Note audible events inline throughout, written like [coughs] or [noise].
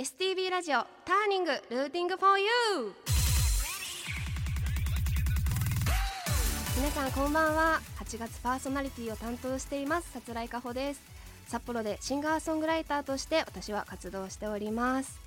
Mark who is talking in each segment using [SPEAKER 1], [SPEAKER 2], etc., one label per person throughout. [SPEAKER 1] STB ラジオターニングルーティングフォーユー皆さんこんばんは8月パーソナリティを担当していますさつらいかほです札幌でシンガーソングライターとして私は活動しております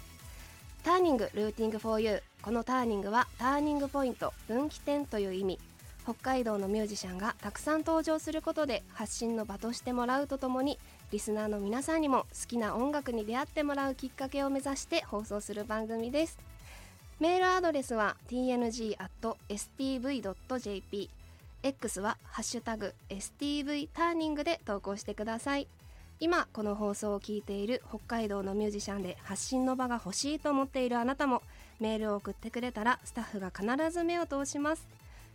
[SPEAKER 1] ターニングルーティングフォーユーこのターニングはターニングポイント分岐点という意味北海道のミュージシャンがたくさん登場することで発信の場としてもらうとともにリスナーの皆さんにも好きな音楽に出会ってもらうきっかけを目指して放送する番組ですメールアドレスは tng.stv.jp X はハッシュタグ STV ターニングで投稿してください今この放送を聞いている北海道のミュージシャンで発信の場が欲しいと思っているあなたもメールを送ってくれたらスタッフが必ず目を通します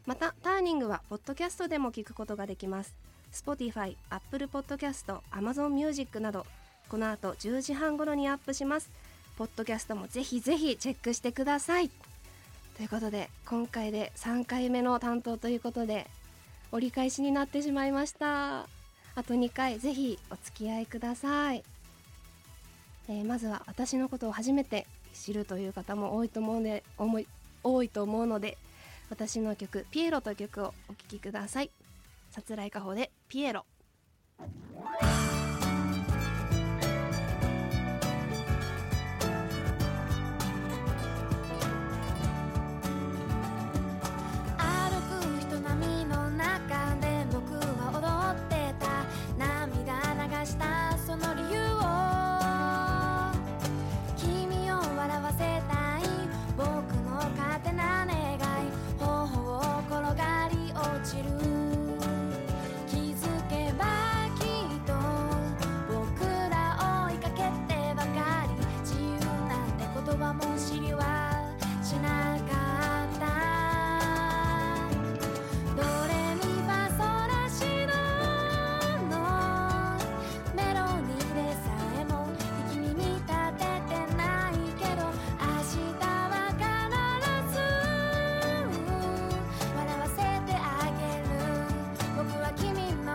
[SPEAKER 1] またターニングはポッドキャストでも聞くことができます Spotify、Apple Podcast、Amazon Music などこの後10時半頃にアップしますポッドキャストもぜひぜひチェックしてくださいということで今回で3回目の担当ということで折り返しになってしまいましたあと2回ぜひお付き合いください、えーまずは私のことを初めて知るという方も多いと思うので思い多いと思うので私の曲「ピエロ」という曲をお聴きくださいさつらい家宝で「ピエロ」
[SPEAKER 2] 歩く人波の中で僕は踊ってた涙流したその理由を君を笑わせたい僕の勝手な願い頬を転がり落ちる気づけばきっと僕ら追いかけてばかり自由なんて言葉も知りはしなかった「ドレミファソラシド」のメロディーでさえも「君に立ててないけど明日は必ず笑わせてあげる」「僕は君の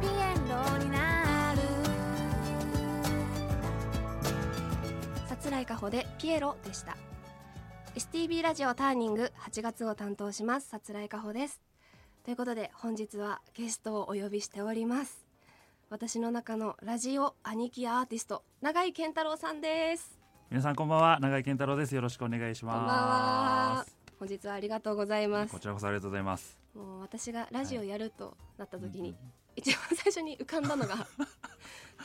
[SPEAKER 2] ピエロになる」
[SPEAKER 1] さつらい家宝で「ピエロ」でした STB ラジオターニング8月を担当しますさつらい家宝ですということで本日はゲストをお呼びしております私の中のラジオ兄貴アーティスト永井健太郎さんです
[SPEAKER 3] 皆さんこんばんは永井健太郎ですよろしくお願いし
[SPEAKER 1] こんばんは
[SPEAKER 3] ます
[SPEAKER 1] 本日はありがとうございます
[SPEAKER 3] こちらこそありがとうございます
[SPEAKER 1] もう私がラジオやるとなった時に、
[SPEAKER 3] うん
[SPEAKER 1] 一番最初に浮かんだのが [laughs]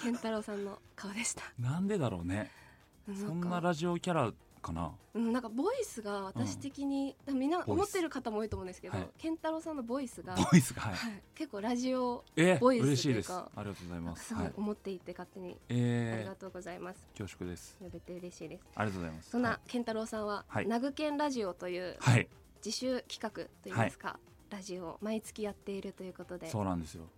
[SPEAKER 1] 健太郎さんの顔でした
[SPEAKER 3] なんでだろうね
[SPEAKER 1] な
[SPEAKER 3] [laughs] そ
[SPEAKER 1] ん
[SPEAKER 3] ん
[SPEAKER 1] か
[SPEAKER 3] なラジオキャラかな
[SPEAKER 1] うん、なんかボイスが私的に、多分みんな
[SPEAKER 3] ボイス
[SPEAKER 1] 思ってる方も多いと思うんですけど、
[SPEAKER 3] はい
[SPEAKER 1] 健太郎さんのボイスが、
[SPEAKER 3] ボイス
[SPEAKER 1] [laughs]
[SPEAKER 3] がはい
[SPEAKER 1] はい、結構ラジオ
[SPEAKER 3] え
[SPEAKER 1] ボイス
[SPEAKER 3] 嬉しいです
[SPEAKER 1] という
[SPEAKER 3] あ
[SPEAKER 1] か
[SPEAKER 3] りがとうござ
[SPEAKER 1] な
[SPEAKER 3] いま
[SPEAKER 1] んか
[SPEAKER 3] す
[SPEAKER 1] す
[SPEAKER 3] は
[SPEAKER 1] ごい
[SPEAKER 3] い
[SPEAKER 1] 思っていて勝手に、あり
[SPEAKER 3] え
[SPEAKER 1] がとうございます
[SPEAKER 3] ー、恐縮です
[SPEAKER 1] 呼べて嬉しいです
[SPEAKER 3] ありがとうございます
[SPEAKER 1] そんな健太郎さんは、
[SPEAKER 3] はい
[SPEAKER 1] ナグケンラジオという
[SPEAKER 3] はい、はい
[SPEAKER 1] 自主企画といいますか、ラジオを毎月やっているということで
[SPEAKER 3] そ
[SPEAKER 1] こ
[SPEAKER 3] うなんですよ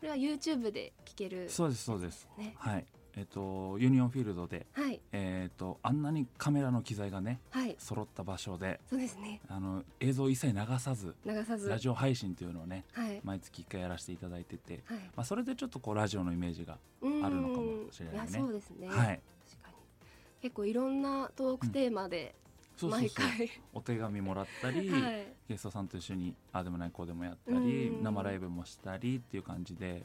[SPEAKER 1] れは YouTube で聞ける
[SPEAKER 3] そうですそうです
[SPEAKER 1] ね
[SPEAKER 3] はいえっ、とユニオンフィールドで
[SPEAKER 1] はい
[SPEAKER 3] えっ、とあんなにカメラの機材がね
[SPEAKER 1] はい
[SPEAKER 3] 揃った場所で
[SPEAKER 1] そうですね
[SPEAKER 3] あの映像一切流さず
[SPEAKER 1] 流さず
[SPEAKER 3] ラジオ配信というのをね
[SPEAKER 1] はい
[SPEAKER 3] 毎月一回やらせていただいてて、
[SPEAKER 1] はい
[SPEAKER 3] まあ、それでちょっとこうラジオのイメージがあるのかもしれないね
[SPEAKER 1] うんやそうですね、
[SPEAKER 3] はい、
[SPEAKER 1] 確かに結構いろんなトークテーマで
[SPEAKER 3] そうそう
[SPEAKER 1] 毎
[SPEAKER 3] そう
[SPEAKER 1] 回、
[SPEAKER 3] お手紙もらった
[SPEAKER 1] [laughs]
[SPEAKER 3] り、
[SPEAKER 1] はい
[SPEAKER 3] ゲストさんと一緒にああでもないこうでもやった
[SPEAKER 1] う
[SPEAKER 3] り
[SPEAKER 1] ん
[SPEAKER 3] 生ライブもしたりっていう感じで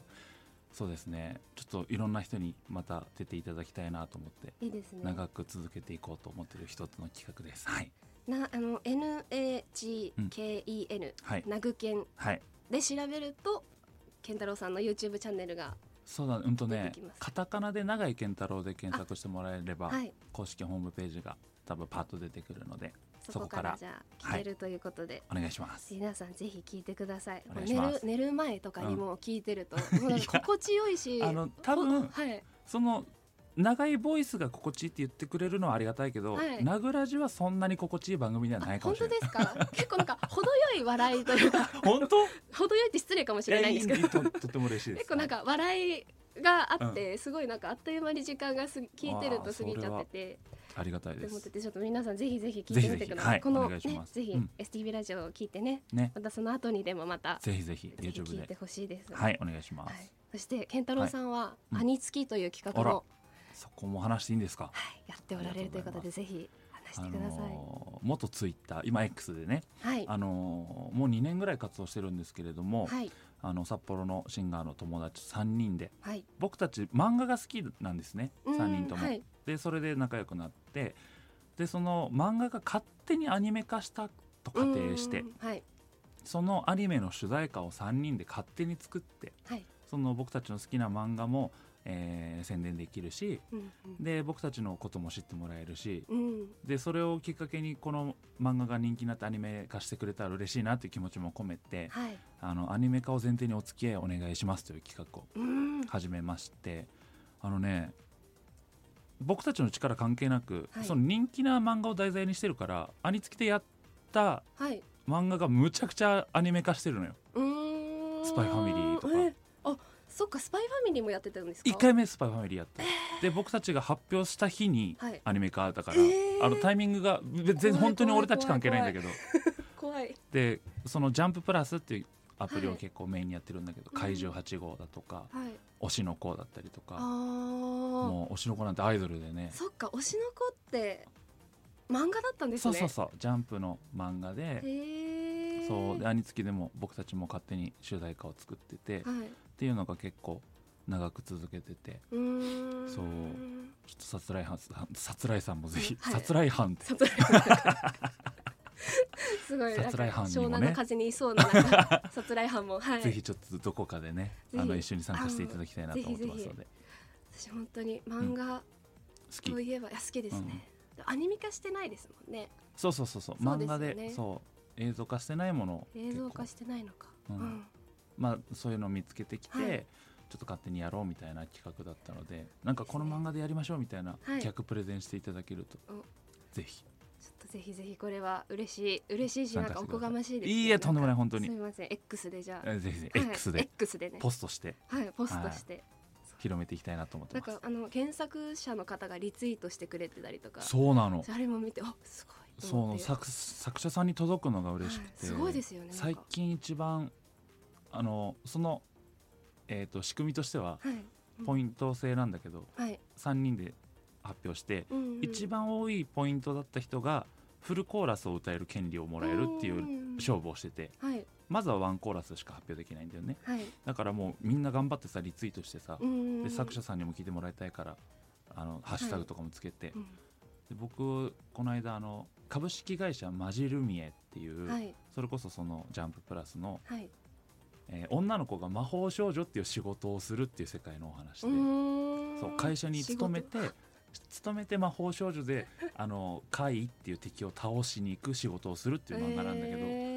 [SPEAKER 3] そうですねちょっといろんな人にまた出ていただきたいなと思って
[SPEAKER 1] いいですね
[SPEAKER 3] 長く続けていこうと思ってる一つの企画ですはい
[SPEAKER 1] なあの NAGKEN、
[SPEAKER 3] はい
[SPEAKER 1] ナグケン
[SPEAKER 3] はい
[SPEAKER 1] で調べると健太郎さんの YouTube チャンネルが
[SPEAKER 3] そうだうんと
[SPEAKER 1] 出
[SPEAKER 3] ね
[SPEAKER 1] てきます
[SPEAKER 3] カタカナで永井健太郎で検索してもらえれば、
[SPEAKER 1] はい
[SPEAKER 3] 公式ホームページが多分パッと出てくるので
[SPEAKER 1] そこからじゃあ聞けるということで、
[SPEAKER 3] お願いします
[SPEAKER 1] 皆さんぜひ聞いてください
[SPEAKER 3] お
[SPEAKER 1] もう
[SPEAKER 3] 願い
[SPEAKER 1] 寝
[SPEAKER 3] します
[SPEAKER 1] る寝る前とかにも聞いてると、もうなんか
[SPEAKER 3] [laughs] いや
[SPEAKER 1] 心地よいし
[SPEAKER 3] あの多分
[SPEAKER 1] ほはい
[SPEAKER 3] その長いボイスが心地いいって言ってくれるのはありがたいけど、
[SPEAKER 1] はい
[SPEAKER 3] 名倉寺はそんなに心地いい番組ではない
[SPEAKER 1] あ
[SPEAKER 3] かも
[SPEAKER 1] 本
[SPEAKER 3] しれ
[SPEAKER 1] 当
[SPEAKER 3] な
[SPEAKER 1] で
[SPEAKER 3] い。
[SPEAKER 1] すか [laughs] 結構なんか程よい笑いというか [laughs]
[SPEAKER 3] 本当？
[SPEAKER 1] 程よいって失礼かもしれないんですけど
[SPEAKER 3] いやいいいいととても嬉しいです。
[SPEAKER 1] [laughs] 結構なん
[SPEAKER 3] は
[SPEAKER 1] か笑いがあって、すごいなんかあっという間に時間がす聞いてると過ぎちゃってて
[SPEAKER 3] いありがたい
[SPEAKER 1] って
[SPEAKER 3] で
[SPEAKER 1] 思って
[SPEAKER 3] す。
[SPEAKER 1] てちょっと皆さんぜひぜひ聞いてみてください
[SPEAKER 3] ぜひぜひはい
[SPEAKER 1] この
[SPEAKER 3] お願いし
[SPEAKER 1] ね
[SPEAKER 3] ます
[SPEAKER 1] ぜひ
[SPEAKER 3] うん
[SPEAKER 1] STV ラジオを聞いてね、
[SPEAKER 3] ね、
[SPEAKER 1] またその後にでもまた
[SPEAKER 3] ぜひぜひ
[SPEAKER 1] ぜひ聞
[SPEAKER 3] YouTube
[SPEAKER 1] いて
[SPEAKER 3] で、
[SPEAKER 1] ほしいです、
[SPEAKER 3] はいお願いしま
[SPEAKER 1] は
[SPEAKER 3] す。
[SPEAKER 1] いそして健太郎さんは「
[SPEAKER 3] いうん
[SPEAKER 1] ハニツキ」という企画
[SPEAKER 3] あら
[SPEAKER 1] を
[SPEAKER 3] そこも話していいんですか
[SPEAKER 1] はい、やっておられるということでぜひ話してください、
[SPEAKER 3] のー元ツイッター今 X でね、
[SPEAKER 1] はい
[SPEAKER 3] あのーもう2年ぐらい活動してるんですけれども、
[SPEAKER 1] はい
[SPEAKER 3] あの札幌のシンガーの友達3人で
[SPEAKER 1] はい
[SPEAKER 3] 僕たち漫画が好きなんですね
[SPEAKER 1] うん
[SPEAKER 3] 3人とも。
[SPEAKER 1] はい
[SPEAKER 3] でそれで仲良くなってでその漫画が勝手にアニメ化したと仮定して
[SPEAKER 1] うんはい
[SPEAKER 3] そのアニメの主題歌を3人で勝手に作って
[SPEAKER 1] はい、
[SPEAKER 3] その僕たちの好きな漫画も、えー宣伝できるし
[SPEAKER 1] うんうん
[SPEAKER 3] で僕たちのことも知ってもらえるし
[SPEAKER 1] うん、
[SPEAKER 3] でそれをきっかけにこの漫画が人気になってアニメ化してくれたら嬉しいなという気持ちも込めて
[SPEAKER 1] はい、
[SPEAKER 3] あのアニメ化を前提にお付き合いお願いしますという企画を
[SPEAKER 1] うん、
[SPEAKER 3] 始めましてあのね僕たちの力関係なく、
[SPEAKER 1] はい
[SPEAKER 3] その人気な漫画を題材にしてるからアニツキでやった
[SPEAKER 1] はい、
[SPEAKER 3] 漫画がむちゃくちゃアニメ化してるのよ
[SPEAKER 1] うーん、
[SPEAKER 3] スパイファミリーとか
[SPEAKER 1] えあ、そっか、スパイファミリーもやってたんですか。
[SPEAKER 3] 1回目「スパイファミリー」やってで僕たちが発表した日に
[SPEAKER 1] はい
[SPEAKER 3] アニメ化だから、
[SPEAKER 1] えー
[SPEAKER 3] あのタイミングが全
[SPEAKER 1] 怖い
[SPEAKER 3] 然本当に俺たち関係ないんだけど
[SPEAKER 1] 怖い、
[SPEAKER 3] でその「ジャンププラス」っていうアプリ
[SPEAKER 1] は
[SPEAKER 3] を
[SPEAKER 1] い
[SPEAKER 3] 結構メインにやってるんだけど「
[SPEAKER 1] うん
[SPEAKER 3] 怪獣8号」だとか
[SPEAKER 1] はい、
[SPEAKER 3] 「推しの子」だったりと
[SPEAKER 1] あ
[SPEAKER 3] か
[SPEAKER 1] あ、
[SPEAKER 3] もう推しの子なんてアイドルでね
[SPEAKER 1] そっか、推しの子って漫画だったんです
[SPEAKER 3] そ
[SPEAKER 1] ね。
[SPEAKER 3] うそうそう「ジャンプ」の漫画で
[SPEAKER 1] へえ、
[SPEAKER 3] そうで
[SPEAKER 1] はい、
[SPEAKER 3] 兄付きでも僕たちも勝手に主題歌を作っててっていうのが結構長く続けてて
[SPEAKER 1] うーん、
[SPEAKER 3] そうちょっと殺来犯殺来さんも [laughs] ぜひ、
[SPEAKER 1] はい
[SPEAKER 3] 殺来犯 [laughs] って
[SPEAKER 1] 殺害犯すごいなんか
[SPEAKER 3] 殺害犯にも
[SPEAKER 1] 湘
[SPEAKER 3] ね
[SPEAKER 1] 南の風にいそうななんか殺害犯もはい
[SPEAKER 3] ぜひちょっとどこかでね
[SPEAKER 1] ぜひ
[SPEAKER 3] あの一緒に参加していただきたいなと思ってますので
[SPEAKER 1] 私本当に漫画
[SPEAKER 3] 好き
[SPEAKER 1] といえば、いや好きですね、アニメ化してないですもんね
[SPEAKER 3] そうそうそうそ
[SPEAKER 1] そう
[SPEAKER 3] う
[SPEAKER 1] です
[SPEAKER 3] 漫
[SPEAKER 1] よ
[SPEAKER 3] 画
[SPEAKER 1] ね
[SPEAKER 3] でそう映像化してないものを
[SPEAKER 1] 映像化
[SPEAKER 3] 結
[SPEAKER 1] してないのか、
[SPEAKER 3] う
[SPEAKER 1] うんん
[SPEAKER 3] 構まあそういうのを見つけてきて、
[SPEAKER 1] はい
[SPEAKER 3] ちょっと勝手にやろうみたいな企画だったのでなんかこの漫画でやりましょうみたいな
[SPEAKER 1] はい
[SPEAKER 3] 客プレゼンしていただけると、
[SPEAKER 1] お
[SPEAKER 3] ぜ
[SPEAKER 1] ち
[SPEAKER 3] ひ
[SPEAKER 1] ょっとぜひぜひこれは嬉しい嬉しいし
[SPEAKER 3] 参
[SPEAKER 1] な
[SPEAKER 3] 加
[SPEAKER 1] んかお
[SPEAKER 3] して
[SPEAKER 1] こ
[SPEAKER 3] ください
[SPEAKER 1] がましいです、ね、
[SPEAKER 3] いいえとんでもな
[SPEAKER 1] か
[SPEAKER 3] い本当に
[SPEAKER 1] すみません X でじゃあ、
[SPEAKER 3] えぜひぜひ
[SPEAKER 1] はい
[SPEAKER 3] X で
[SPEAKER 1] X でね
[SPEAKER 3] ポストして
[SPEAKER 1] はいポストして、
[SPEAKER 3] 広めていきたいなと思って
[SPEAKER 1] なん
[SPEAKER 3] ます
[SPEAKER 1] かあの検索者の方がリツイートしてくれてたりとか
[SPEAKER 3] そうなの
[SPEAKER 1] あれも見てあすごいと
[SPEAKER 3] そ
[SPEAKER 1] 思
[SPEAKER 3] の
[SPEAKER 1] って
[SPEAKER 3] 作作者さんに届くのが嬉しく
[SPEAKER 1] はい
[SPEAKER 3] て、
[SPEAKER 1] すごいですよねなんか
[SPEAKER 3] 最近一番あのその、えー、と仕組みとしては
[SPEAKER 1] はい
[SPEAKER 3] ポイント制なんだけど、
[SPEAKER 1] はい、
[SPEAKER 3] 3人で発表して、
[SPEAKER 1] うんうん
[SPEAKER 3] 一番多いポイントだった人がフルコーラスを歌える権利をもらえるってい
[SPEAKER 1] ん
[SPEAKER 3] う
[SPEAKER 1] うん
[SPEAKER 3] 勝負をしてて
[SPEAKER 1] はい
[SPEAKER 3] まずはワンコーラスしか発表できないんだよね
[SPEAKER 1] はい
[SPEAKER 3] だからもうみんな頑張ってさリツイートしてさ、
[SPEAKER 1] うんうんうん
[SPEAKER 3] で作者さんにも聞いてもらいたいからあのハッシュタグとかもつけて、
[SPEAKER 1] う
[SPEAKER 3] で僕この間あの株式会社マジルミエっていう、
[SPEAKER 1] んはい
[SPEAKER 3] それこそその「ジャンププラスの
[SPEAKER 1] はい」
[SPEAKER 3] えー女の子が魔法少女っていう仕事をするっていう世界のお話で、
[SPEAKER 1] そ
[SPEAKER 3] そう会社に勤めて勤めて魔法少
[SPEAKER 1] [laughs]
[SPEAKER 3] 女であの怪異っていう敵を倒しに行く仕事をするっていう漫画なんだけど、
[SPEAKER 1] えー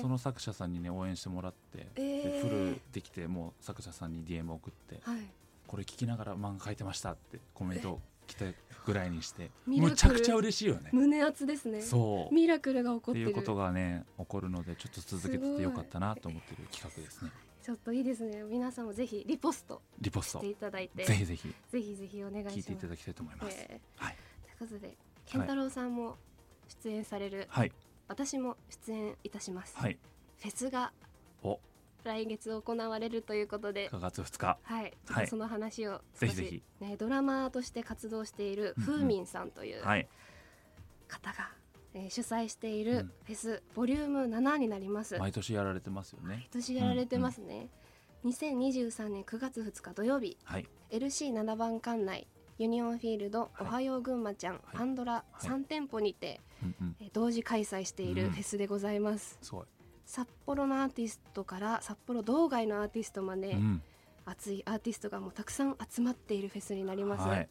[SPEAKER 3] その作者さんにね応援してもらって。
[SPEAKER 1] え
[SPEAKER 3] で
[SPEAKER 1] ー
[SPEAKER 3] フルできてもう作者さんに DM 送って
[SPEAKER 1] はい
[SPEAKER 3] 「これ聞きながら漫画書いてました」ってコメント来たぐらいにして
[SPEAKER 1] [laughs] ミラクル
[SPEAKER 3] むちゃくちゃ嬉しいよね。
[SPEAKER 1] 胸熱ですね
[SPEAKER 3] そう
[SPEAKER 1] ミラクルが起こって
[SPEAKER 3] っ
[SPEAKER 1] て
[SPEAKER 3] い
[SPEAKER 1] る
[SPEAKER 3] うことがね起こるのでちょっと続けててよかったなと思ってる企画ですね
[SPEAKER 1] ちょっといいですね皆さんもぜひリポスト
[SPEAKER 3] リポス
[SPEAKER 1] し
[SPEAKER 3] ト
[SPEAKER 1] ていただいて
[SPEAKER 3] ぜひぜひ
[SPEAKER 1] ぜひぜひお願いします
[SPEAKER 3] 聞いていただきたいと思います、
[SPEAKER 1] え
[SPEAKER 3] はい、
[SPEAKER 1] ーということで健太郎さんも出演される、
[SPEAKER 3] はい
[SPEAKER 1] 私も出演いたします、
[SPEAKER 3] はい
[SPEAKER 1] フェスが
[SPEAKER 3] お
[SPEAKER 1] 来月行われるということで
[SPEAKER 3] 9月2日
[SPEAKER 1] はい、ちょっと
[SPEAKER 3] はい
[SPEAKER 1] その話を
[SPEAKER 3] ぜ
[SPEAKER 1] 少
[SPEAKER 3] ひぜ
[SPEAKER 1] し
[SPEAKER 3] ひ、
[SPEAKER 1] ね、ドラマーとして活動している
[SPEAKER 3] うんうん
[SPEAKER 1] ふうみんさんという
[SPEAKER 3] はい
[SPEAKER 1] 方が、えー主催していうる
[SPEAKER 3] ん
[SPEAKER 1] フェス、ボリューム7になります毎
[SPEAKER 3] 毎年やられてますよね
[SPEAKER 1] 年やられてますね、2023年9月2日土曜日
[SPEAKER 3] はい
[SPEAKER 1] LC7 番館内ユニオンフィールド、
[SPEAKER 3] い
[SPEAKER 1] おはようぐんまちゃん、
[SPEAKER 3] い
[SPEAKER 1] パンドラ
[SPEAKER 3] い
[SPEAKER 1] 3店舗にて、
[SPEAKER 3] うんうん
[SPEAKER 1] えー同時開催しているフェスでございます、
[SPEAKER 3] すごい、
[SPEAKER 1] 札幌のアーティストから札幌道外のアーティストまで、
[SPEAKER 3] うん
[SPEAKER 1] 熱いアーティストがもうたくさん集まっているフェスになります、
[SPEAKER 3] はい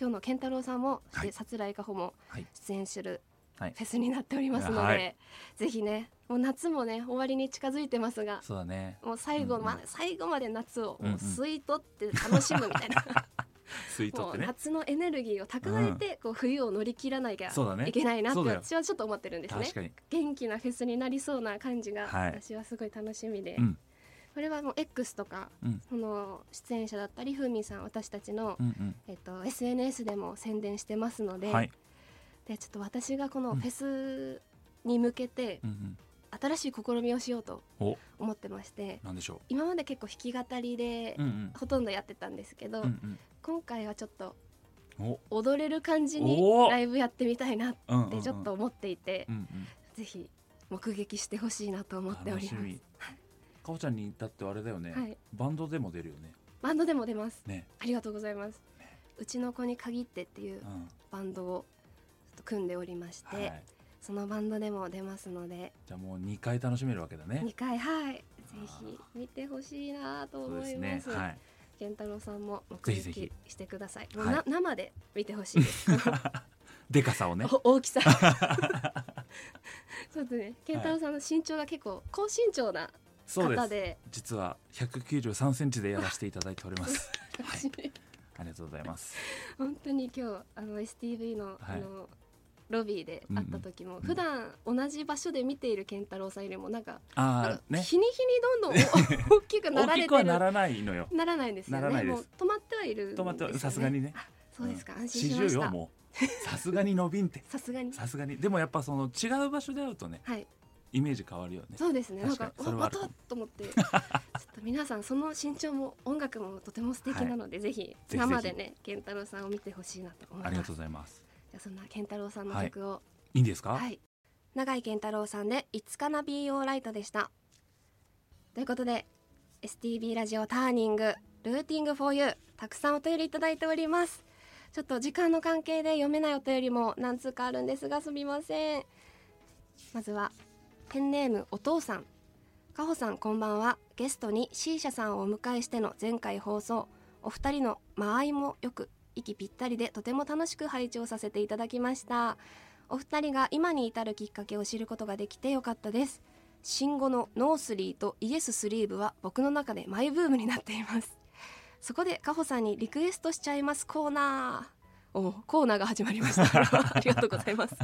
[SPEAKER 1] 今日の健太郎さんも、
[SPEAKER 3] はい
[SPEAKER 1] で薩来かほも
[SPEAKER 3] はい
[SPEAKER 1] 出演するフ
[SPEAKER 3] はい
[SPEAKER 1] ェスになっておりますので、
[SPEAKER 3] はい
[SPEAKER 1] ぜひねもう夏もね終わりに近づいてますが
[SPEAKER 3] そうだね
[SPEAKER 1] もう最後ま
[SPEAKER 3] うん
[SPEAKER 1] で、最後まで夏を
[SPEAKER 3] うんうん
[SPEAKER 1] もう吸い取って楽しむみたい
[SPEAKER 3] [laughs]
[SPEAKER 1] な、
[SPEAKER 3] スイート
[SPEAKER 1] も
[SPEAKER 3] っ
[SPEAKER 1] う
[SPEAKER 3] てね
[SPEAKER 1] 夏のエネルギーを蓄えて、こう冬を乗り切らなきゃ
[SPEAKER 3] そうだね
[SPEAKER 1] いけないなって
[SPEAKER 3] そうだよ
[SPEAKER 1] 私はちょっと思ってるんですね
[SPEAKER 3] 確かに
[SPEAKER 1] 元気なフェスになりそうな感じが、
[SPEAKER 3] はい
[SPEAKER 1] 私はすごい楽しみで、
[SPEAKER 3] うん
[SPEAKER 1] これはもう X とか、
[SPEAKER 3] うん
[SPEAKER 1] その出演者だったりふうみんさん私たちの、
[SPEAKER 3] うん
[SPEAKER 1] えっと、SNS でも宣伝してますの
[SPEAKER 3] う
[SPEAKER 1] で,、
[SPEAKER 3] んはい
[SPEAKER 1] でちょっと私がこの
[SPEAKER 3] うん
[SPEAKER 1] フェスに向けて
[SPEAKER 3] うん
[SPEAKER 1] 新しい試みをしようと
[SPEAKER 3] うんお
[SPEAKER 1] 思ってまして、
[SPEAKER 3] なんでしょ
[SPEAKER 1] 今まで結構弾き語りで
[SPEAKER 3] ううんうん
[SPEAKER 1] ほとんどやってたんですけど、
[SPEAKER 3] うんうん
[SPEAKER 1] 今回はちょっと
[SPEAKER 3] お
[SPEAKER 1] 踊れる感じに
[SPEAKER 3] おー
[SPEAKER 1] ライブやってみたいなっ
[SPEAKER 3] うんうんう
[SPEAKER 1] て
[SPEAKER 3] ん
[SPEAKER 1] ちょっと思っていて、
[SPEAKER 3] うんうん
[SPEAKER 1] ぜひ目撃してほしいなと思ってお
[SPEAKER 3] 楽
[SPEAKER 1] り
[SPEAKER 3] し
[SPEAKER 1] ます
[SPEAKER 3] みかおちゃんにだってあれだよね、
[SPEAKER 1] はい
[SPEAKER 3] バンドでも出るよね
[SPEAKER 1] バンドでも出ます
[SPEAKER 3] ね、
[SPEAKER 1] ありがとうございますうちの子に限ってっていう
[SPEAKER 3] うん、
[SPEAKER 1] バンドをちょっと組んでおりまして、
[SPEAKER 3] はい
[SPEAKER 1] そのバンドでも出ますので
[SPEAKER 3] じゃあもう二回楽しめるわけだね
[SPEAKER 1] 2回はいぜ
[SPEAKER 3] あー
[SPEAKER 1] ひ見てほしいなと
[SPEAKER 3] そう
[SPEAKER 1] 思
[SPEAKER 3] です
[SPEAKER 1] い
[SPEAKER 3] ね
[SPEAKER 1] ます
[SPEAKER 3] はい
[SPEAKER 1] 健太郎さんも目
[SPEAKER 3] ぜひぜひ
[SPEAKER 1] 撃してください
[SPEAKER 3] はい
[SPEAKER 1] もうな生で見てほしい
[SPEAKER 3] [laughs]
[SPEAKER 1] です、
[SPEAKER 3] でかさをね
[SPEAKER 1] お [laughs] 大き
[SPEAKER 3] [laughs]
[SPEAKER 1] さそうですね健太郎さんの身長が結構高身長な
[SPEAKER 3] そう
[SPEAKER 1] 方
[SPEAKER 3] です
[SPEAKER 1] で
[SPEAKER 3] 実は193センチでやらせていただいております
[SPEAKER 1] [laughs] 私
[SPEAKER 3] ありがとうございます
[SPEAKER 1] 本当に今日あの STV の,、
[SPEAKER 3] はい
[SPEAKER 1] あのロビーで会った時も、普段同じ場所で見ている健太郎さんよりもなんかなん
[SPEAKER 3] あ
[SPEAKER 1] か
[SPEAKER 3] あね
[SPEAKER 1] 日に日にどんどんお [laughs] 大きくなら
[SPEAKER 3] 大
[SPEAKER 1] れ
[SPEAKER 3] き
[SPEAKER 1] て
[SPEAKER 3] くは
[SPEAKER 1] る
[SPEAKER 3] な
[SPEAKER 1] な
[SPEAKER 3] らないのよ
[SPEAKER 1] らないんですよね
[SPEAKER 3] ならないです
[SPEAKER 1] もう止まってはいるんですよ、
[SPEAKER 3] 止ま
[SPEAKER 1] ね、
[SPEAKER 3] ってはさすがにね
[SPEAKER 1] あそうですか、安心
[SPEAKER 3] 四
[SPEAKER 1] しま
[SPEAKER 3] 十
[SPEAKER 1] し
[SPEAKER 3] よ
[SPEAKER 1] た
[SPEAKER 3] もうさすがに伸びんて
[SPEAKER 1] さすがに
[SPEAKER 3] さすがにでもやっぱその違う場所で会うとね
[SPEAKER 1] はい
[SPEAKER 3] イメージ変わるよね
[SPEAKER 1] そうですねなん
[SPEAKER 3] 確か
[SPEAKER 1] かお
[SPEAKER 3] にそれはあ
[SPEAKER 1] また
[SPEAKER 3] る
[SPEAKER 1] と思ってち
[SPEAKER 3] [laughs]
[SPEAKER 1] ょっと皆さんその身長も音楽もとても素敵なので、ぜひ
[SPEAKER 3] ひぜひ
[SPEAKER 1] 生でね健太郎さんを見てほしいなと思い
[SPEAKER 3] あ
[SPEAKER 1] ます
[SPEAKER 3] りがとうございます
[SPEAKER 1] じゃあそんな健太郎さんの
[SPEAKER 3] はい
[SPEAKER 1] 曲を、
[SPEAKER 3] いいんですか、
[SPEAKER 1] はい、永井健太郎さんで「いつかな BO ライト」でしたということで STB ラジオターニングルーティングフォーユーたくさんお便りいただいておりますちょっと時間の関係で読めないお便りも何通かあるんですがすみませんまずはペンネームお父さんかほさんこんばんはゲストに C 社さんをお迎えしての前回放送お二人の間合いもよく息ぴったりでとても楽しく拝聴させていただきましたお二人が今に至るきっかけを知ることができてよかったです新語のノースリーとイエススリーブは僕の中でマイブームになっていますそこでカホさんにリクエストしちゃいますコーナーおコーナーが始まりましたありがとうございます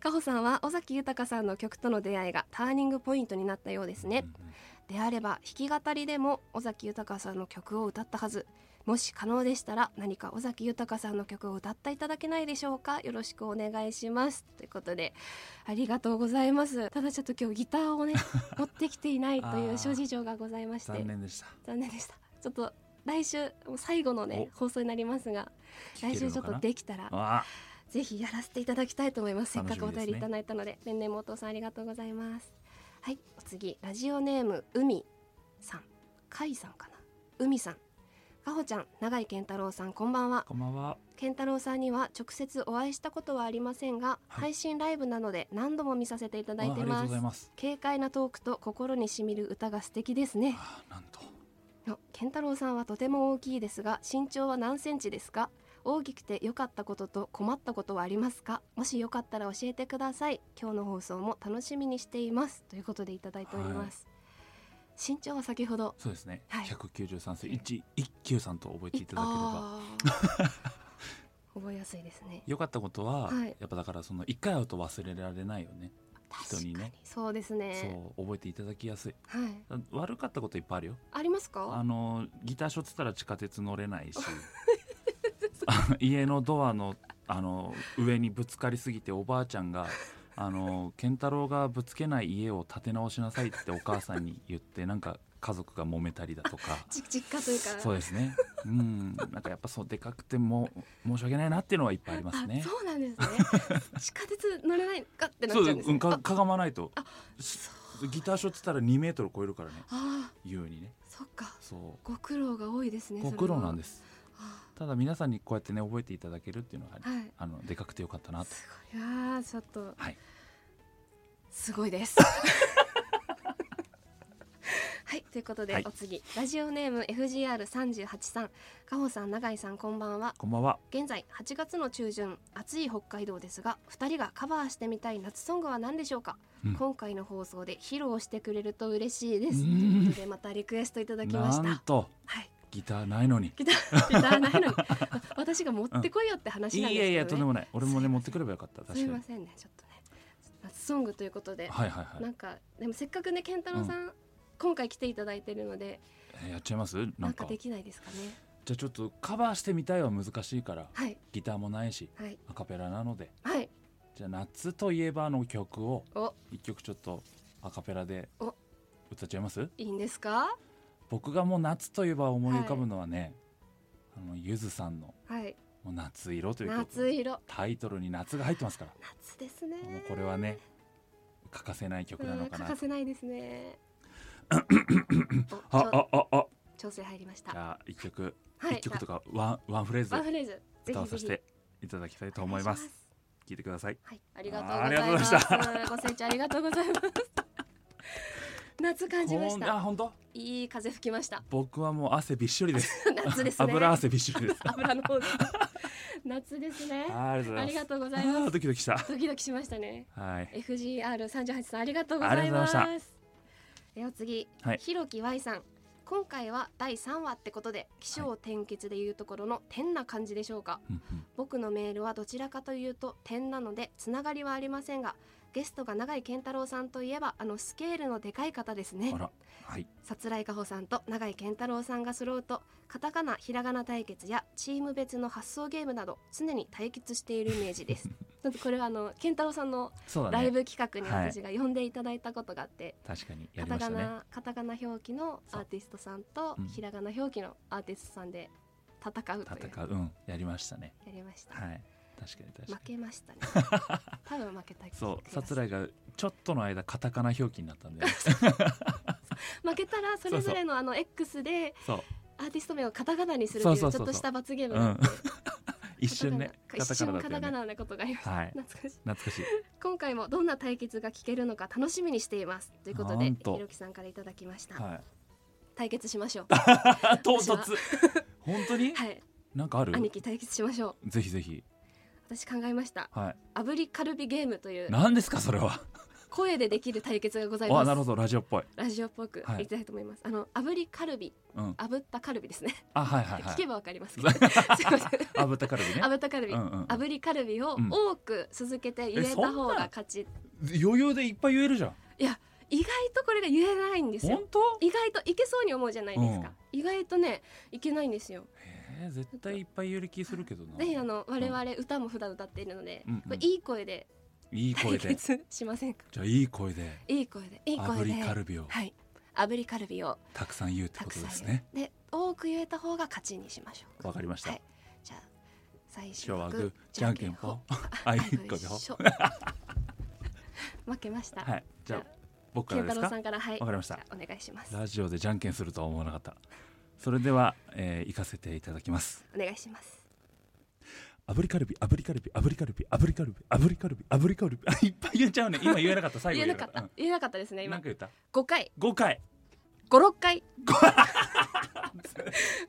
[SPEAKER 1] カホさんは尾崎豊さんの曲との出会いがターニングポイントになったようですね
[SPEAKER 3] うんうん
[SPEAKER 1] であれば弾き語りでも尾崎豊さんの曲を歌ったはずもし可能でしたら何か尾崎豊さんの曲を歌っていただけないでしょうかよろしくお願いしますということでありがとうございますただちょっと今日ギターを
[SPEAKER 3] [laughs]
[SPEAKER 1] ね持ってきていないとい
[SPEAKER 3] あー
[SPEAKER 1] う諸事情がございまして
[SPEAKER 3] 残念でした
[SPEAKER 1] 残念でしたちょっと来週もう最後のね放送になりますが
[SPEAKER 3] 聞
[SPEAKER 1] 来
[SPEAKER 3] け
[SPEAKER 1] 週
[SPEAKER 3] る
[SPEAKER 1] ちょ
[SPEAKER 3] の
[SPEAKER 1] っ
[SPEAKER 3] かな
[SPEAKER 1] とできたら
[SPEAKER 3] あ
[SPEAKER 1] ぜひやらせていただきたいと思います。せっ
[SPEAKER 3] 楽
[SPEAKER 1] か
[SPEAKER 3] しみ
[SPEAKER 1] くお便
[SPEAKER 3] です
[SPEAKER 1] りい
[SPEAKER 3] ね
[SPEAKER 1] ただいたので、ペンネームお父さんありがとうございます。はい、お次、ラジオネーム海さん、海さんかな、海さん。かほちゃん、永井健太郎さん、こんばんは。
[SPEAKER 3] こんばんは
[SPEAKER 1] 健太郎さんには直接お会いしたことはありませんが、
[SPEAKER 3] はい
[SPEAKER 1] 配信ライブなので何度も見させていただい
[SPEAKER 3] ああり
[SPEAKER 1] て
[SPEAKER 3] が
[SPEAKER 1] ま
[SPEAKER 3] とうご
[SPEAKER 1] す
[SPEAKER 3] ざい。ます
[SPEAKER 1] 軽快なトークと心にしみる歌が素敵ですね。
[SPEAKER 3] ああなんと
[SPEAKER 1] の健太郎さんはとても大きいですが身長は何センチですか大きくて良かったことと困ったことはありますかもしよかったら教えてください今日の放送も楽しみにしていますということでいただいております、身長は先ほど
[SPEAKER 3] そうですね、
[SPEAKER 1] はい
[SPEAKER 3] 193センチ193と覚えていただければ
[SPEAKER 1] あー [laughs] 覚えやすいですね
[SPEAKER 3] 良かったことは、
[SPEAKER 1] はい
[SPEAKER 3] やっぱだからその一回会うと忘れられないよね、人にね
[SPEAKER 1] 確かそうですね
[SPEAKER 3] そう覚えていただきやすい
[SPEAKER 1] はい
[SPEAKER 3] 悪かったこといっぱいあるよ
[SPEAKER 1] あります
[SPEAKER 3] あ
[SPEAKER 1] か
[SPEAKER 3] のギターしょってたら地下鉄乗れないし
[SPEAKER 1] [laughs]
[SPEAKER 3] あの家のドアのあの上にぶつかりすぎておばあちゃんが「あの健太郎がぶつけない家を建て直しなさい」ってお母さんに言ってなんか家族が揉めたりだとか
[SPEAKER 1] じ実家というか
[SPEAKER 3] そうですねうんなんかやっぱそうでかくても申し訳ないなっていうのはいっぱいありますね
[SPEAKER 1] あ。そうなんですね地下鉄乗れないかってなっ
[SPEAKER 3] そう
[SPEAKER 1] ちゃ
[SPEAKER 3] で
[SPEAKER 1] うんで
[SPEAKER 3] す
[SPEAKER 1] す
[SPEAKER 3] うん
[SPEAKER 1] ね
[SPEAKER 3] かかがまないと
[SPEAKER 1] あ
[SPEAKER 3] しギターしょってたら2メートル超えるからね
[SPEAKER 1] ああ
[SPEAKER 3] 優にね
[SPEAKER 1] ーそっか
[SPEAKER 3] そ
[SPEAKER 1] ご苦労が多いですね
[SPEAKER 3] うご苦労なんですすただ皆さんにこうやってね覚えていただけるっていうのはあり
[SPEAKER 1] はい
[SPEAKER 3] あのでかくてよかったなと。
[SPEAKER 1] すごいあーちょっと
[SPEAKER 3] はい。
[SPEAKER 1] すごい
[SPEAKER 3] [laughs]
[SPEAKER 1] ですはいということで、
[SPEAKER 3] はい
[SPEAKER 1] お次ラジオネーム FGR38 さん加穂さん永井さんこんばんは
[SPEAKER 3] こんばんは。
[SPEAKER 1] 現在8月の中旬暑い北海道ですが2人がカバーしてみたい夏ソングは何でしょうか、
[SPEAKER 3] うん
[SPEAKER 1] 今回の放送で披露してくれると嬉しいです
[SPEAKER 3] う
[SPEAKER 1] と
[SPEAKER 3] ん
[SPEAKER 1] いうことでまたリクエストいただきまし
[SPEAKER 3] なん
[SPEAKER 1] た
[SPEAKER 3] と
[SPEAKER 1] はい
[SPEAKER 3] ギターないのに。
[SPEAKER 1] ギターギターないのに [laughs] 私が持ってこいよって話
[SPEAKER 3] い
[SPEAKER 1] なんですけど、ね
[SPEAKER 3] やいやとんでもない。俺も
[SPEAKER 1] すい
[SPEAKER 3] ね
[SPEAKER 1] ません
[SPEAKER 3] 持ってくればよかった
[SPEAKER 1] すい
[SPEAKER 3] 確か
[SPEAKER 1] ま
[SPEAKER 3] に。
[SPEAKER 1] せんねちょっとね夏ソングということで、
[SPEAKER 3] はいはいは
[SPEAKER 1] なんかでもせっかくね健太郎さん、今回来ていただいてるので
[SPEAKER 3] い。えーやっちゃいます？
[SPEAKER 1] な
[SPEAKER 3] なんん
[SPEAKER 1] か
[SPEAKER 3] か
[SPEAKER 1] できないですかね
[SPEAKER 3] じゃあちょっとカバーしてみたいは難しいから
[SPEAKER 1] はい
[SPEAKER 3] ギターもないし
[SPEAKER 1] はい
[SPEAKER 3] アカペラなので
[SPEAKER 1] はい
[SPEAKER 3] じゃあ夏といえばの曲を
[SPEAKER 1] お
[SPEAKER 3] 一曲ちょっとアカペラで
[SPEAKER 1] お
[SPEAKER 3] 歌っちゃいます？
[SPEAKER 1] いいんですか
[SPEAKER 3] 僕がもう夏といえば思い浮かぶのはね、あのゆずさんの
[SPEAKER 1] はい
[SPEAKER 3] ももう夏色という曲
[SPEAKER 1] 夏色
[SPEAKER 3] タイトルに夏が入ってますから
[SPEAKER 1] 夏ですね
[SPEAKER 3] もうこれはね欠かせない曲なのか
[SPEAKER 1] うん欠
[SPEAKER 3] な
[SPEAKER 1] かせないですね
[SPEAKER 3] [coughs]
[SPEAKER 1] おちょ
[SPEAKER 3] ああああ
[SPEAKER 1] 調整入りまし
[SPEAKER 3] じ
[SPEAKER 1] た
[SPEAKER 3] ゃあ一曲
[SPEAKER 1] はい
[SPEAKER 3] 一曲とかワンワンフレーズ
[SPEAKER 1] ワンフレーズぜ
[SPEAKER 3] 歌わ
[SPEAKER 1] ひぜ
[SPEAKER 3] さ
[SPEAKER 1] ひ
[SPEAKER 3] せていただきたいと思います聞いてください
[SPEAKER 1] はい、ありがとうございます。
[SPEAKER 3] あーありがとう
[SPEAKER 1] ご清聴ありがとうございま
[SPEAKER 3] [laughs]
[SPEAKER 1] す。夏感じまし
[SPEAKER 3] ほん
[SPEAKER 1] た。
[SPEAKER 3] あ本当
[SPEAKER 1] いい風吹きました。
[SPEAKER 3] 僕はもう汗びっしょりです
[SPEAKER 1] [laughs] 夏ですね。
[SPEAKER 3] [laughs] 油汗びっしょり
[SPEAKER 1] [laughs]
[SPEAKER 3] です
[SPEAKER 1] 油の方です。夏ですね。
[SPEAKER 3] あー
[SPEAKER 1] あ
[SPEAKER 3] あ
[SPEAKER 1] り
[SPEAKER 3] り
[SPEAKER 1] が
[SPEAKER 3] がと
[SPEAKER 1] とうご
[SPEAKER 3] うご
[SPEAKER 1] ざ
[SPEAKER 3] ざい
[SPEAKER 1] い
[SPEAKER 3] ますあ
[SPEAKER 1] ま
[SPEAKER 3] ー
[SPEAKER 1] す。
[SPEAKER 3] ドキドキした
[SPEAKER 1] ドキドキしましたね。
[SPEAKER 3] はい
[SPEAKER 1] FGR 三十八さんありがとうござ
[SPEAKER 3] あ
[SPEAKER 1] い
[SPEAKER 3] り
[SPEAKER 1] ま
[SPEAKER 3] がとうご
[SPEAKER 1] す。
[SPEAKER 3] ざいま
[SPEAKER 1] えお次、
[SPEAKER 3] はい
[SPEAKER 1] ひろき Y さん。今回は第三話ってことで気象転結でいうところの点な感じでしょうか。
[SPEAKER 3] うんうん
[SPEAKER 1] 僕のメールはどちらかというと点なのでつながりはありませんがゲストが永井健太郎さんといえばあのスケールのでかい方ですね
[SPEAKER 3] あらはい
[SPEAKER 1] さつらいかほさんと永井健太郎さんが揃うとカタカナひらがな対決やチーム別の発想ゲームなど常に対決しているイメージです
[SPEAKER 3] [laughs]
[SPEAKER 1] なんでこれはあの健太郎さんの
[SPEAKER 3] そうだ
[SPEAKER 1] ライ
[SPEAKER 3] ね
[SPEAKER 1] ブ企画に
[SPEAKER 3] はい
[SPEAKER 1] 私が呼んでいただいたことがあって、
[SPEAKER 3] 確かにや
[SPEAKER 1] カ
[SPEAKER 3] り
[SPEAKER 1] タ
[SPEAKER 3] まし
[SPEAKER 1] カ
[SPEAKER 3] たね
[SPEAKER 1] ナカタカナ表記のアーティストさんと
[SPEAKER 3] うん
[SPEAKER 1] ひらがな表記のアーティストさんで戦うという
[SPEAKER 3] 戦ううんやりましたね
[SPEAKER 1] やりました、
[SPEAKER 3] はい確かに確かに
[SPEAKER 1] 負けましたね
[SPEAKER 3] [laughs]
[SPEAKER 1] 多分負けた気がし
[SPEAKER 3] そう、
[SPEAKER 1] ま
[SPEAKER 3] さ
[SPEAKER 1] す
[SPEAKER 3] つらいがちょっとの間カタカナ表記になっ
[SPEAKER 1] [laughs]
[SPEAKER 3] たんで、
[SPEAKER 1] 負けたらそれぞれのあの X で
[SPEAKER 3] そう、
[SPEAKER 1] アーティスト名をカタカナにするっていうち
[SPEAKER 3] そ
[SPEAKER 1] ょ
[SPEAKER 3] う
[SPEAKER 1] っ
[SPEAKER 3] そうそう
[SPEAKER 1] とした罰ゲーム
[SPEAKER 3] う
[SPEAKER 1] が [laughs]
[SPEAKER 3] ん、一瞬ね、カタ
[SPEAKER 1] 一
[SPEAKER 3] カナ
[SPEAKER 1] 瞬
[SPEAKER 3] だっ
[SPEAKER 1] カタ
[SPEAKER 3] た
[SPEAKER 1] カ
[SPEAKER 3] よね。
[SPEAKER 1] ナなことがありました、
[SPEAKER 3] はい、
[SPEAKER 1] 懐かしい
[SPEAKER 3] 懐かしい。
[SPEAKER 1] 今回もどんな対決が聞けるのか楽しみにしていますということで
[SPEAKER 3] な
[SPEAKER 1] ひ
[SPEAKER 3] んと
[SPEAKER 1] ろきさんからいただきました、
[SPEAKER 3] はい。
[SPEAKER 1] 対決しましょう
[SPEAKER 3] あ、唐
[SPEAKER 1] 私は
[SPEAKER 3] 突。
[SPEAKER 1] [laughs]
[SPEAKER 3] 本当に？
[SPEAKER 1] はい
[SPEAKER 3] なんかある？
[SPEAKER 1] 兄貴対決しましょう
[SPEAKER 3] ぜひぜひ。
[SPEAKER 1] 私考えました
[SPEAKER 3] は
[SPEAKER 1] 炙りカルビゲームという
[SPEAKER 3] い。なんですかそれは？
[SPEAKER 1] 声でできる対決がございま
[SPEAKER 3] あ、
[SPEAKER 1] す
[SPEAKER 3] なるほど、ラジオっぽい。
[SPEAKER 1] ラジオっぽく
[SPEAKER 3] はい
[SPEAKER 1] いきたいと思います、あの炙りカルビ
[SPEAKER 3] うん。
[SPEAKER 1] 炙ったカルビですね
[SPEAKER 3] あ、はいはいは
[SPEAKER 1] 聞け
[SPEAKER 3] い。
[SPEAKER 1] ばわかりますけどすいま
[SPEAKER 3] [laughs]
[SPEAKER 1] せん
[SPEAKER 3] あぶたカルビね。
[SPEAKER 1] 炙ったカルビ、
[SPEAKER 3] うんうん。
[SPEAKER 1] 炙りカルビを
[SPEAKER 3] うん
[SPEAKER 1] 多く続けて言えた方が勝ち、
[SPEAKER 3] 余裕でいっぱい言えるじゃん。
[SPEAKER 1] 意外とこれが言えないんですよ
[SPEAKER 3] 本当？
[SPEAKER 1] 意外といけそうに思うじゃないですか、意外とねいけないんですよ
[SPEAKER 3] えー、絶対いっぱい言える気するけどな。
[SPEAKER 1] ぜひあの我々歌も普段歌っているので、
[SPEAKER 3] うんうん
[SPEAKER 1] これいい声で
[SPEAKER 3] いい
[SPEAKER 1] 対
[SPEAKER 3] 声で。
[SPEAKER 1] 決しませんか
[SPEAKER 3] じゃあいい声で。
[SPEAKER 1] いい声でいい声で
[SPEAKER 3] 炙りカルビを
[SPEAKER 1] はい炙りカルビを
[SPEAKER 3] たくさん言うって
[SPEAKER 1] た
[SPEAKER 3] こ
[SPEAKER 1] く
[SPEAKER 3] と
[SPEAKER 1] さん
[SPEAKER 3] です
[SPEAKER 1] 入れ
[SPEAKER 3] ね。
[SPEAKER 1] てで多く言えた方が勝ちにしましょう
[SPEAKER 3] わかりました
[SPEAKER 1] はい、じゃあ最初
[SPEAKER 3] 今日は
[SPEAKER 1] は
[SPEAKER 3] グ
[SPEAKER 1] グ
[SPEAKER 3] ー
[SPEAKER 1] ー
[SPEAKER 3] じゃんけんぽん。あ、
[SPEAKER 1] あ
[SPEAKER 3] いい
[SPEAKER 1] いい
[SPEAKER 3] 声で。
[SPEAKER 1] ょ負けました、
[SPEAKER 3] はい、じゃあ
[SPEAKER 1] じゃ
[SPEAKER 3] 僕から
[SPEAKER 1] 健
[SPEAKER 3] で
[SPEAKER 1] 太
[SPEAKER 3] す
[SPEAKER 1] 郎
[SPEAKER 3] か
[SPEAKER 1] さ。んからはい
[SPEAKER 3] わかりました
[SPEAKER 1] じゃあお願いします
[SPEAKER 3] ラジオでじゃんけんするとは思わなかった。それでは、えー、行かせていただきます。
[SPEAKER 1] お願いします
[SPEAKER 3] 炙りカルビ、炙りカルビ、炙りカルビ、炙りカルビ、炙りカルビ、炙りカルビ。あいっぱい言っちゃうね。今言えなかった。最後
[SPEAKER 1] 言え
[SPEAKER 3] 言え
[SPEAKER 1] な
[SPEAKER 3] なか
[SPEAKER 1] か
[SPEAKER 3] っ。
[SPEAKER 1] ったた、
[SPEAKER 3] うん
[SPEAKER 1] 言えなかったですね
[SPEAKER 3] なん
[SPEAKER 1] 今
[SPEAKER 3] か言った。
[SPEAKER 1] 5回
[SPEAKER 3] 五回。
[SPEAKER 1] 56回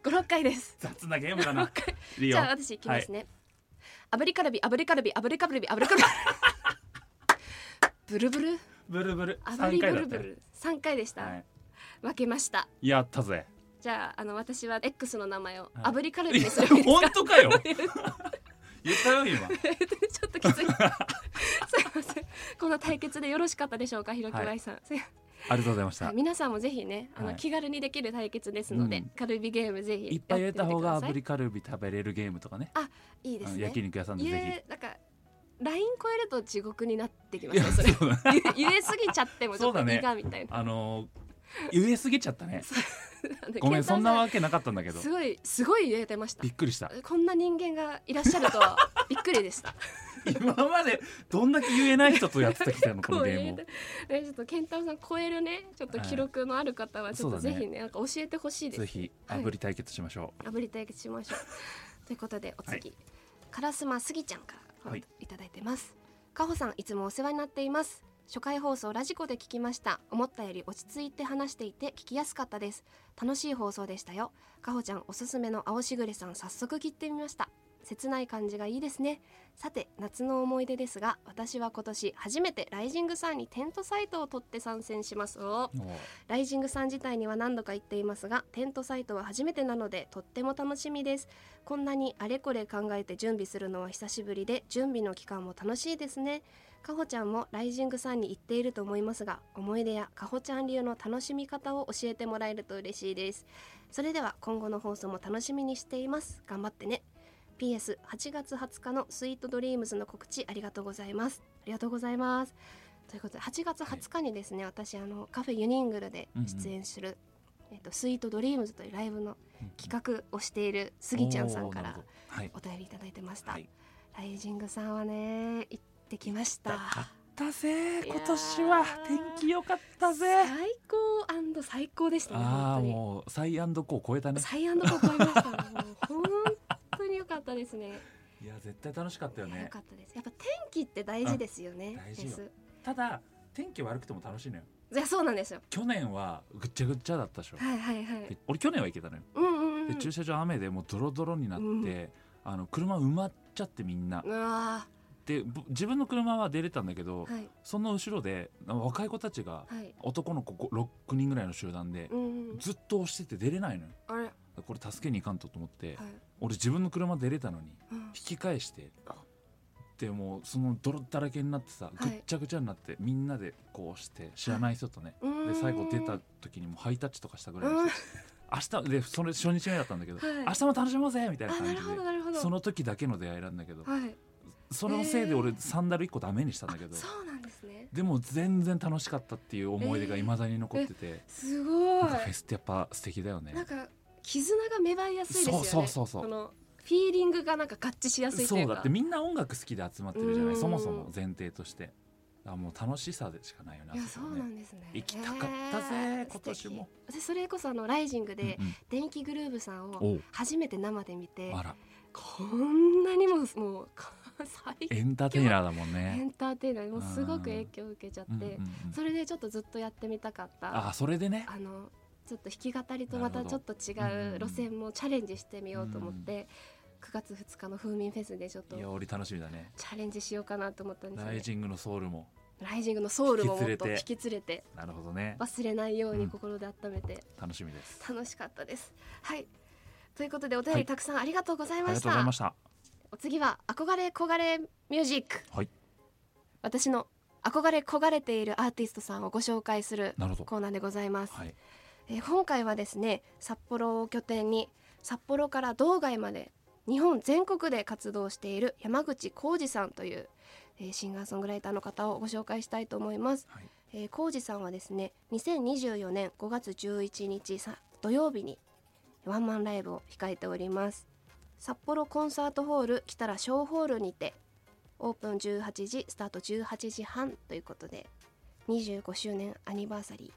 [SPEAKER 1] 56回です
[SPEAKER 3] 雑なゲームだな。
[SPEAKER 1] 回
[SPEAKER 3] いい
[SPEAKER 1] [laughs] じ
[SPEAKER 3] よ
[SPEAKER 1] ゃあ。私いきますね、炙りカルビ炙りカルビ炙りカルビ炙り
[SPEAKER 3] [laughs]
[SPEAKER 1] カルビブルブル
[SPEAKER 3] ブルブル。
[SPEAKER 1] 炙
[SPEAKER 3] 三
[SPEAKER 1] りブ
[SPEAKER 3] 回だ
[SPEAKER 1] ル
[SPEAKER 3] っ
[SPEAKER 1] ブ
[SPEAKER 3] たよ。
[SPEAKER 1] ル3回でした、
[SPEAKER 3] はい
[SPEAKER 1] 負けました
[SPEAKER 3] やったぜ。
[SPEAKER 1] じゃああの私は X の名前を
[SPEAKER 3] はい
[SPEAKER 1] 炙りカルビ
[SPEAKER 3] い
[SPEAKER 1] に
[SPEAKER 3] や
[SPEAKER 1] するんですか、
[SPEAKER 3] 本当かよ。言ったよ今。
[SPEAKER 1] [laughs] ちょっとき
[SPEAKER 3] [laughs]
[SPEAKER 1] ついすいませんこの対決でよろしかったでしょうかひろきわいさん、すいません
[SPEAKER 3] ありがとうございまし
[SPEAKER 1] は
[SPEAKER 3] た
[SPEAKER 1] い。皆さんもぜひねあの、
[SPEAKER 3] はい
[SPEAKER 1] 気軽にできる対決ですので、
[SPEAKER 3] うん
[SPEAKER 1] カルビゲームぜひ
[SPEAKER 3] いっぱい言えた方
[SPEAKER 1] や
[SPEAKER 3] が
[SPEAKER 1] ってみて
[SPEAKER 3] 炙りカルビ食べれるゲームとかね。
[SPEAKER 1] くださいいいで
[SPEAKER 3] う
[SPEAKER 1] す
[SPEAKER 3] ん
[SPEAKER 1] ね、
[SPEAKER 3] 焼肉屋さんで
[SPEAKER 1] 言
[SPEAKER 3] ぜ
[SPEAKER 1] えなんかライン超えると地獄になってきま
[SPEAKER 3] ひ。い
[SPEAKER 1] す
[SPEAKER 3] や
[SPEAKER 1] ねそれ
[SPEAKER 3] そうだね。
[SPEAKER 1] [laughs] 言え言えすぎちゃってもちょっと
[SPEAKER 3] そうだ
[SPEAKER 1] い
[SPEAKER 3] ね
[SPEAKER 1] いがみたいな、
[SPEAKER 3] [laughs] あのー言えすぎちゃったね。
[SPEAKER 1] で
[SPEAKER 3] ご
[SPEAKER 1] 健太
[SPEAKER 3] めんそ
[SPEAKER 1] 郎
[SPEAKER 3] ん
[SPEAKER 1] さ
[SPEAKER 3] なわけなかったんだけど
[SPEAKER 1] す。ごいすごい言えてました
[SPEAKER 3] びっくりした。
[SPEAKER 1] こんな人間がいらっしゃるとはびっくりでした
[SPEAKER 3] 今までどんだけ言えない人とやってきた [laughs] のこの
[SPEAKER 1] う
[SPEAKER 3] ゲ
[SPEAKER 1] 言
[SPEAKER 3] ー
[SPEAKER 1] え
[SPEAKER 3] ム
[SPEAKER 1] てねちょっと健太郎さん超えるねちょっと記録のある方はちょっと
[SPEAKER 3] そうだ
[SPEAKER 1] ぜ
[SPEAKER 3] ね
[SPEAKER 1] ひね,、なんか教えてほしい
[SPEAKER 3] を
[SPEAKER 1] です
[SPEAKER 3] ぜひ
[SPEAKER 1] はい
[SPEAKER 3] 炙り対決しましょ
[SPEAKER 1] 炙り対決しましょうということでお次、カラスマスギちゃんから
[SPEAKER 3] はい
[SPEAKER 1] いただいてます、かほさんいつもお世話になっています初回放送ラジコで聞きました思ったより落ち着いて話していて聞きやすかったです楽しい放送でしたよかほちゃんおすすめの青しぐれさん早速切ってみました切ない感じがいいですねさて夏の思い出ですが私は今年初めてライジングさんにテントサイトを取って参戦しますおー
[SPEAKER 3] うも
[SPEAKER 1] ライジングさん自体には何度か言っていますがテントサイトは初めてなのでとっても楽しみですこんなにあれこれ考えて準備するのは久しぶりで準備の期間も楽しいですねかほちゃんもライジングさんに行っていると思いますが思い出やかほちゃん流の楽しみ方を教えてもらえると嬉しいですそれでは今後の放送も楽しみにしています頑張ってね PS8 月20日のスイートドリームズの告知ありがとうございますありがとうございますということで8月20日にですね、私あのカフェユニングルで出演するえっと、スイートドリームズというライブの企画をしているスギちゃんさんか
[SPEAKER 3] おーな
[SPEAKER 1] ら
[SPEAKER 3] るほどはい
[SPEAKER 1] お便りいただいてました、
[SPEAKER 3] はい
[SPEAKER 1] ライジングさんはね行ってきました
[SPEAKER 3] だぜ
[SPEAKER 1] いやー
[SPEAKER 3] 今年は天気良かったぜ
[SPEAKER 1] 最高最高でしたね
[SPEAKER 3] ああ
[SPEAKER 1] 本当に
[SPEAKER 3] もうサイアンドコー超えたね
[SPEAKER 1] サイアンドコー超えましたねもう本当に良かったですね
[SPEAKER 3] いや絶対楽しかったよ
[SPEAKER 1] いや良
[SPEAKER 3] ね
[SPEAKER 1] かったですやっぱ天気って大事ですよね
[SPEAKER 3] あ大事よ
[SPEAKER 1] フェス
[SPEAKER 3] ただ天気悪くても楽しいのよ
[SPEAKER 1] いやそうなんですよ
[SPEAKER 3] 去年はぐっちゃぐっちゃだったでしょ、
[SPEAKER 1] はいはいはい
[SPEAKER 3] で俺去年は行けたのよ、
[SPEAKER 1] うんうんうん
[SPEAKER 3] で駐車場雨でもうドロドロになって、
[SPEAKER 1] うん
[SPEAKER 3] あの車埋まっちゃってみんな、
[SPEAKER 1] うわ
[SPEAKER 3] でぼ自分の車は出れたんだけど、
[SPEAKER 1] ーはい
[SPEAKER 3] その後ろで若い子たちが
[SPEAKER 1] はい
[SPEAKER 3] 男の子5 6人ぐらいの集団で、
[SPEAKER 1] うんうん
[SPEAKER 3] ずっと押してて出れないのよ
[SPEAKER 1] あれはい
[SPEAKER 3] これ助けに行かんとと思って、俺自分の車出れたのに
[SPEAKER 1] うん
[SPEAKER 3] 引き返して
[SPEAKER 1] あ
[SPEAKER 3] でもうその泥だらけになってさ
[SPEAKER 1] い
[SPEAKER 3] ぐっちゃぐちゃになって、みんなでこうして知らない人とね、
[SPEAKER 1] うーん
[SPEAKER 3] で最後出た時にもうハイタッチとかしたぐらいの人明日でそれ初日目だったんだけど、
[SPEAKER 1] はい
[SPEAKER 3] 明日も楽しもうぜみたいな
[SPEAKER 1] あ
[SPEAKER 3] 感
[SPEAKER 1] な
[SPEAKER 3] じ
[SPEAKER 1] る
[SPEAKER 3] で
[SPEAKER 1] ほどなるほど
[SPEAKER 3] その時だけの出会いなんだけど
[SPEAKER 1] はい
[SPEAKER 3] そのせいで
[SPEAKER 1] へ
[SPEAKER 3] 俺
[SPEAKER 1] ー
[SPEAKER 3] サンダル1個ダメにしたんだけど、
[SPEAKER 1] そうなんですね
[SPEAKER 3] でも全然楽しかったっていう思い出がいまだに残ってて、
[SPEAKER 1] すごい
[SPEAKER 3] なんかフェスってやっぱ素敵だよね
[SPEAKER 1] なんか絆が芽生えやすいですよね
[SPEAKER 3] そうそうそうそう
[SPEAKER 1] このフィーリングがなんか合致しやすいと
[SPEAKER 3] そ
[SPEAKER 1] いうう
[SPEAKER 3] だ
[SPEAKER 1] か
[SPEAKER 3] ってみんな音楽好きで集まってるじゃな
[SPEAKER 1] う
[SPEAKER 3] い
[SPEAKER 1] ん
[SPEAKER 3] そもそも前提としてあもう楽しさでしかないよね
[SPEAKER 1] いや
[SPEAKER 3] あ
[SPEAKER 1] そ
[SPEAKER 3] こ
[SPEAKER 1] うなんですね
[SPEAKER 3] 行きたかったぜ
[SPEAKER 1] へー
[SPEAKER 3] 今年も
[SPEAKER 1] 素敵私それこそあのライジングで
[SPEAKER 3] ねうん
[SPEAKER 1] 電気グルーヴさん
[SPEAKER 3] お
[SPEAKER 1] を
[SPEAKER 3] う
[SPEAKER 1] 初めて生で見て
[SPEAKER 3] うんあら
[SPEAKER 1] こんなにももう最高
[SPEAKER 3] エンターテイナーだもん
[SPEAKER 1] エ
[SPEAKER 3] ね
[SPEAKER 1] ンターテイナーにもうすごく影響を受けちゃって、
[SPEAKER 3] うんうんうん
[SPEAKER 1] それでちょっとずっとやってみたかった
[SPEAKER 3] あそれでね
[SPEAKER 1] あのちょっと弾き語りとまた
[SPEAKER 3] な
[SPEAKER 1] ちょ
[SPEAKER 3] るほど
[SPEAKER 1] っと違
[SPEAKER 3] うんう
[SPEAKER 1] うん路線もチャレンジしてみようと思って、9月2日の風民フェスでちょっと
[SPEAKER 3] いや俺楽しみだね
[SPEAKER 1] チャレンジしようかなと思ったんですよ
[SPEAKER 3] ラ
[SPEAKER 1] ね
[SPEAKER 3] イジングのソウルも
[SPEAKER 1] ライジングのソウルももっと
[SPEAKER 3] 引
[SPEAKER 1] 引
[SPEAKER 3] き
[SPEAKER 1] き連れて
[SPEAKER 3] なるほどね
[SPEAKER 1] 忘れないよう
[SPEAKER 3] う
[SPEAKER 1] に
[SPEAKER 3] ん
[SPEAKER 1] 心で温めて
[SPEAKER 3] 楽しみです
[SPEAKER 1] 楽しかったです。はいということでお便
[SPEAKER 3] は
[SPEAKER 1] り
[SPEAKER 3] い
[SPEAKER 1] たくさんありがとうござい
[SPEAKER 3] あり
[SPEAKER 1] ま
[SPEAKER 3] が
[SPEAKER 1] した。
[SPEAKER 3] とうございました
[SPEAKER 1] お次は憧れ焦がれミュージック。
[SPEAKER 3] はい
[SPEAKER 1] 私の憧れ焦がれているアーティストさんをご紹介する
[SPEAKER 3] なるほど
[SPEAKER 1] コーナーでございます。
[SPEAKER 3] はい
[SPEAKER 1] えー今回はですね札幌を拠点に札幌から道外まで日本全国で活動している山口浩二さんという、えーシンガーソングライターの方をご紹介したいと思います、
[SPEAKER 3] はい
[SPEAKER 1] えー、浩二さんはですね2024年5月11日さ土曜日にワンマンライブを控えております札幌コンサートホール来たら小ホールにてオープン18時スタート18時半ということで25周年アニバーサリ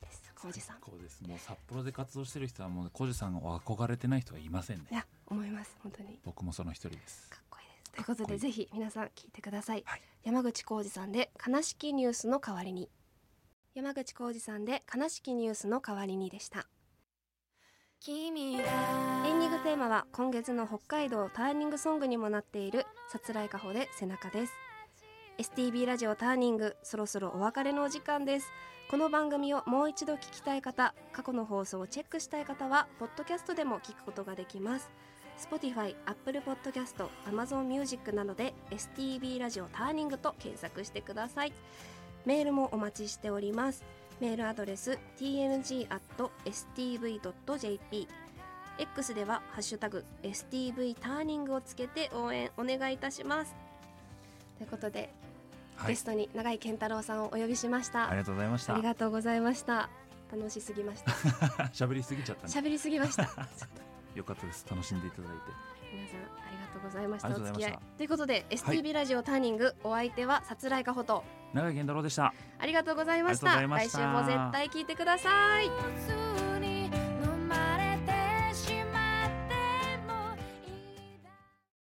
[SPEAKER 1] ーです浩二さん
[SPEAKER 3] こうですもう札幌で活動してる人はもう小路さんを憧れてない人はいませんね
[SPEAKER 1] いや思います本当に
[SPEAKER 3] 僕もその一人です
[SPEAKER 1] かっこいいですということ
[SPEAKER 3] かっこ
[SPEAKER 1] で
[SPEAKER 3] いい
[SPEAKER 1] ぜひ皆さん聞いてください、
[SPEAKER 3] はい
[SPEAKER 1] 山口浩二さんで悲しきニュースの代わりに山口浩二さんで悲しきニュースの代わりにでした
[SPEAKER 2] 君が
[SPEAKER 1] エンディングテーマは今月の北海道ターニングソングにもなっているさつらいかほで背中です STB ラジオターニングそろそろお別れのお時間ですこの番組をもう一度聞きたい方過去の放送をチェックしたい方はポッドキャストでも聞くことができます Spotify、Apple Podcast、Amazon Music などで STB ラジオターニングと検索してくださいメールもお待ちしておりますメールアドレス tng.stv.jp X では「ハッシュタグ #STV ターニング」をつけて応援お願いいたします。ということで、
[SPEAKER 3] はい
[SPEAKER 1] ゲストに永井健太郎さんをお呼びしました。
[SPEAKER 3] ありがとうございました
[SPEAKER 1] ありがとうございました。楽しすぎました。
[SPEAKER 3] 喋りすぎちゃったね
[SPEAKER 1] 喋りすぎま [laughs] した。
[SPEAKER 3] よかったです楽しんでいただいて
[SPEAKER 1] 皆さんありがとうございました。
[SPEAKER 3] あり
[SPEAKER 1] お
[SPEAKER 3] がとう
[SPEAKER 1] 付
[SPEAKER 3] ご
[SPEAKER 1] き合
[SPEAKER 3] ざい
[SPEAKER 1] い
[SPEAKER 3] ました。
[SPEAKER 1] ということで、STV ラジオターニングお相手はさつらいかほと
[SPEAKER 3] 永井健太郎でした
[SPEAKER 1] ありがとうございました。
[SPEAKER 3] ありがとうございました
[SPEAKER 1] 来週も絶対聞いてください。
[SPEAKER 2] 「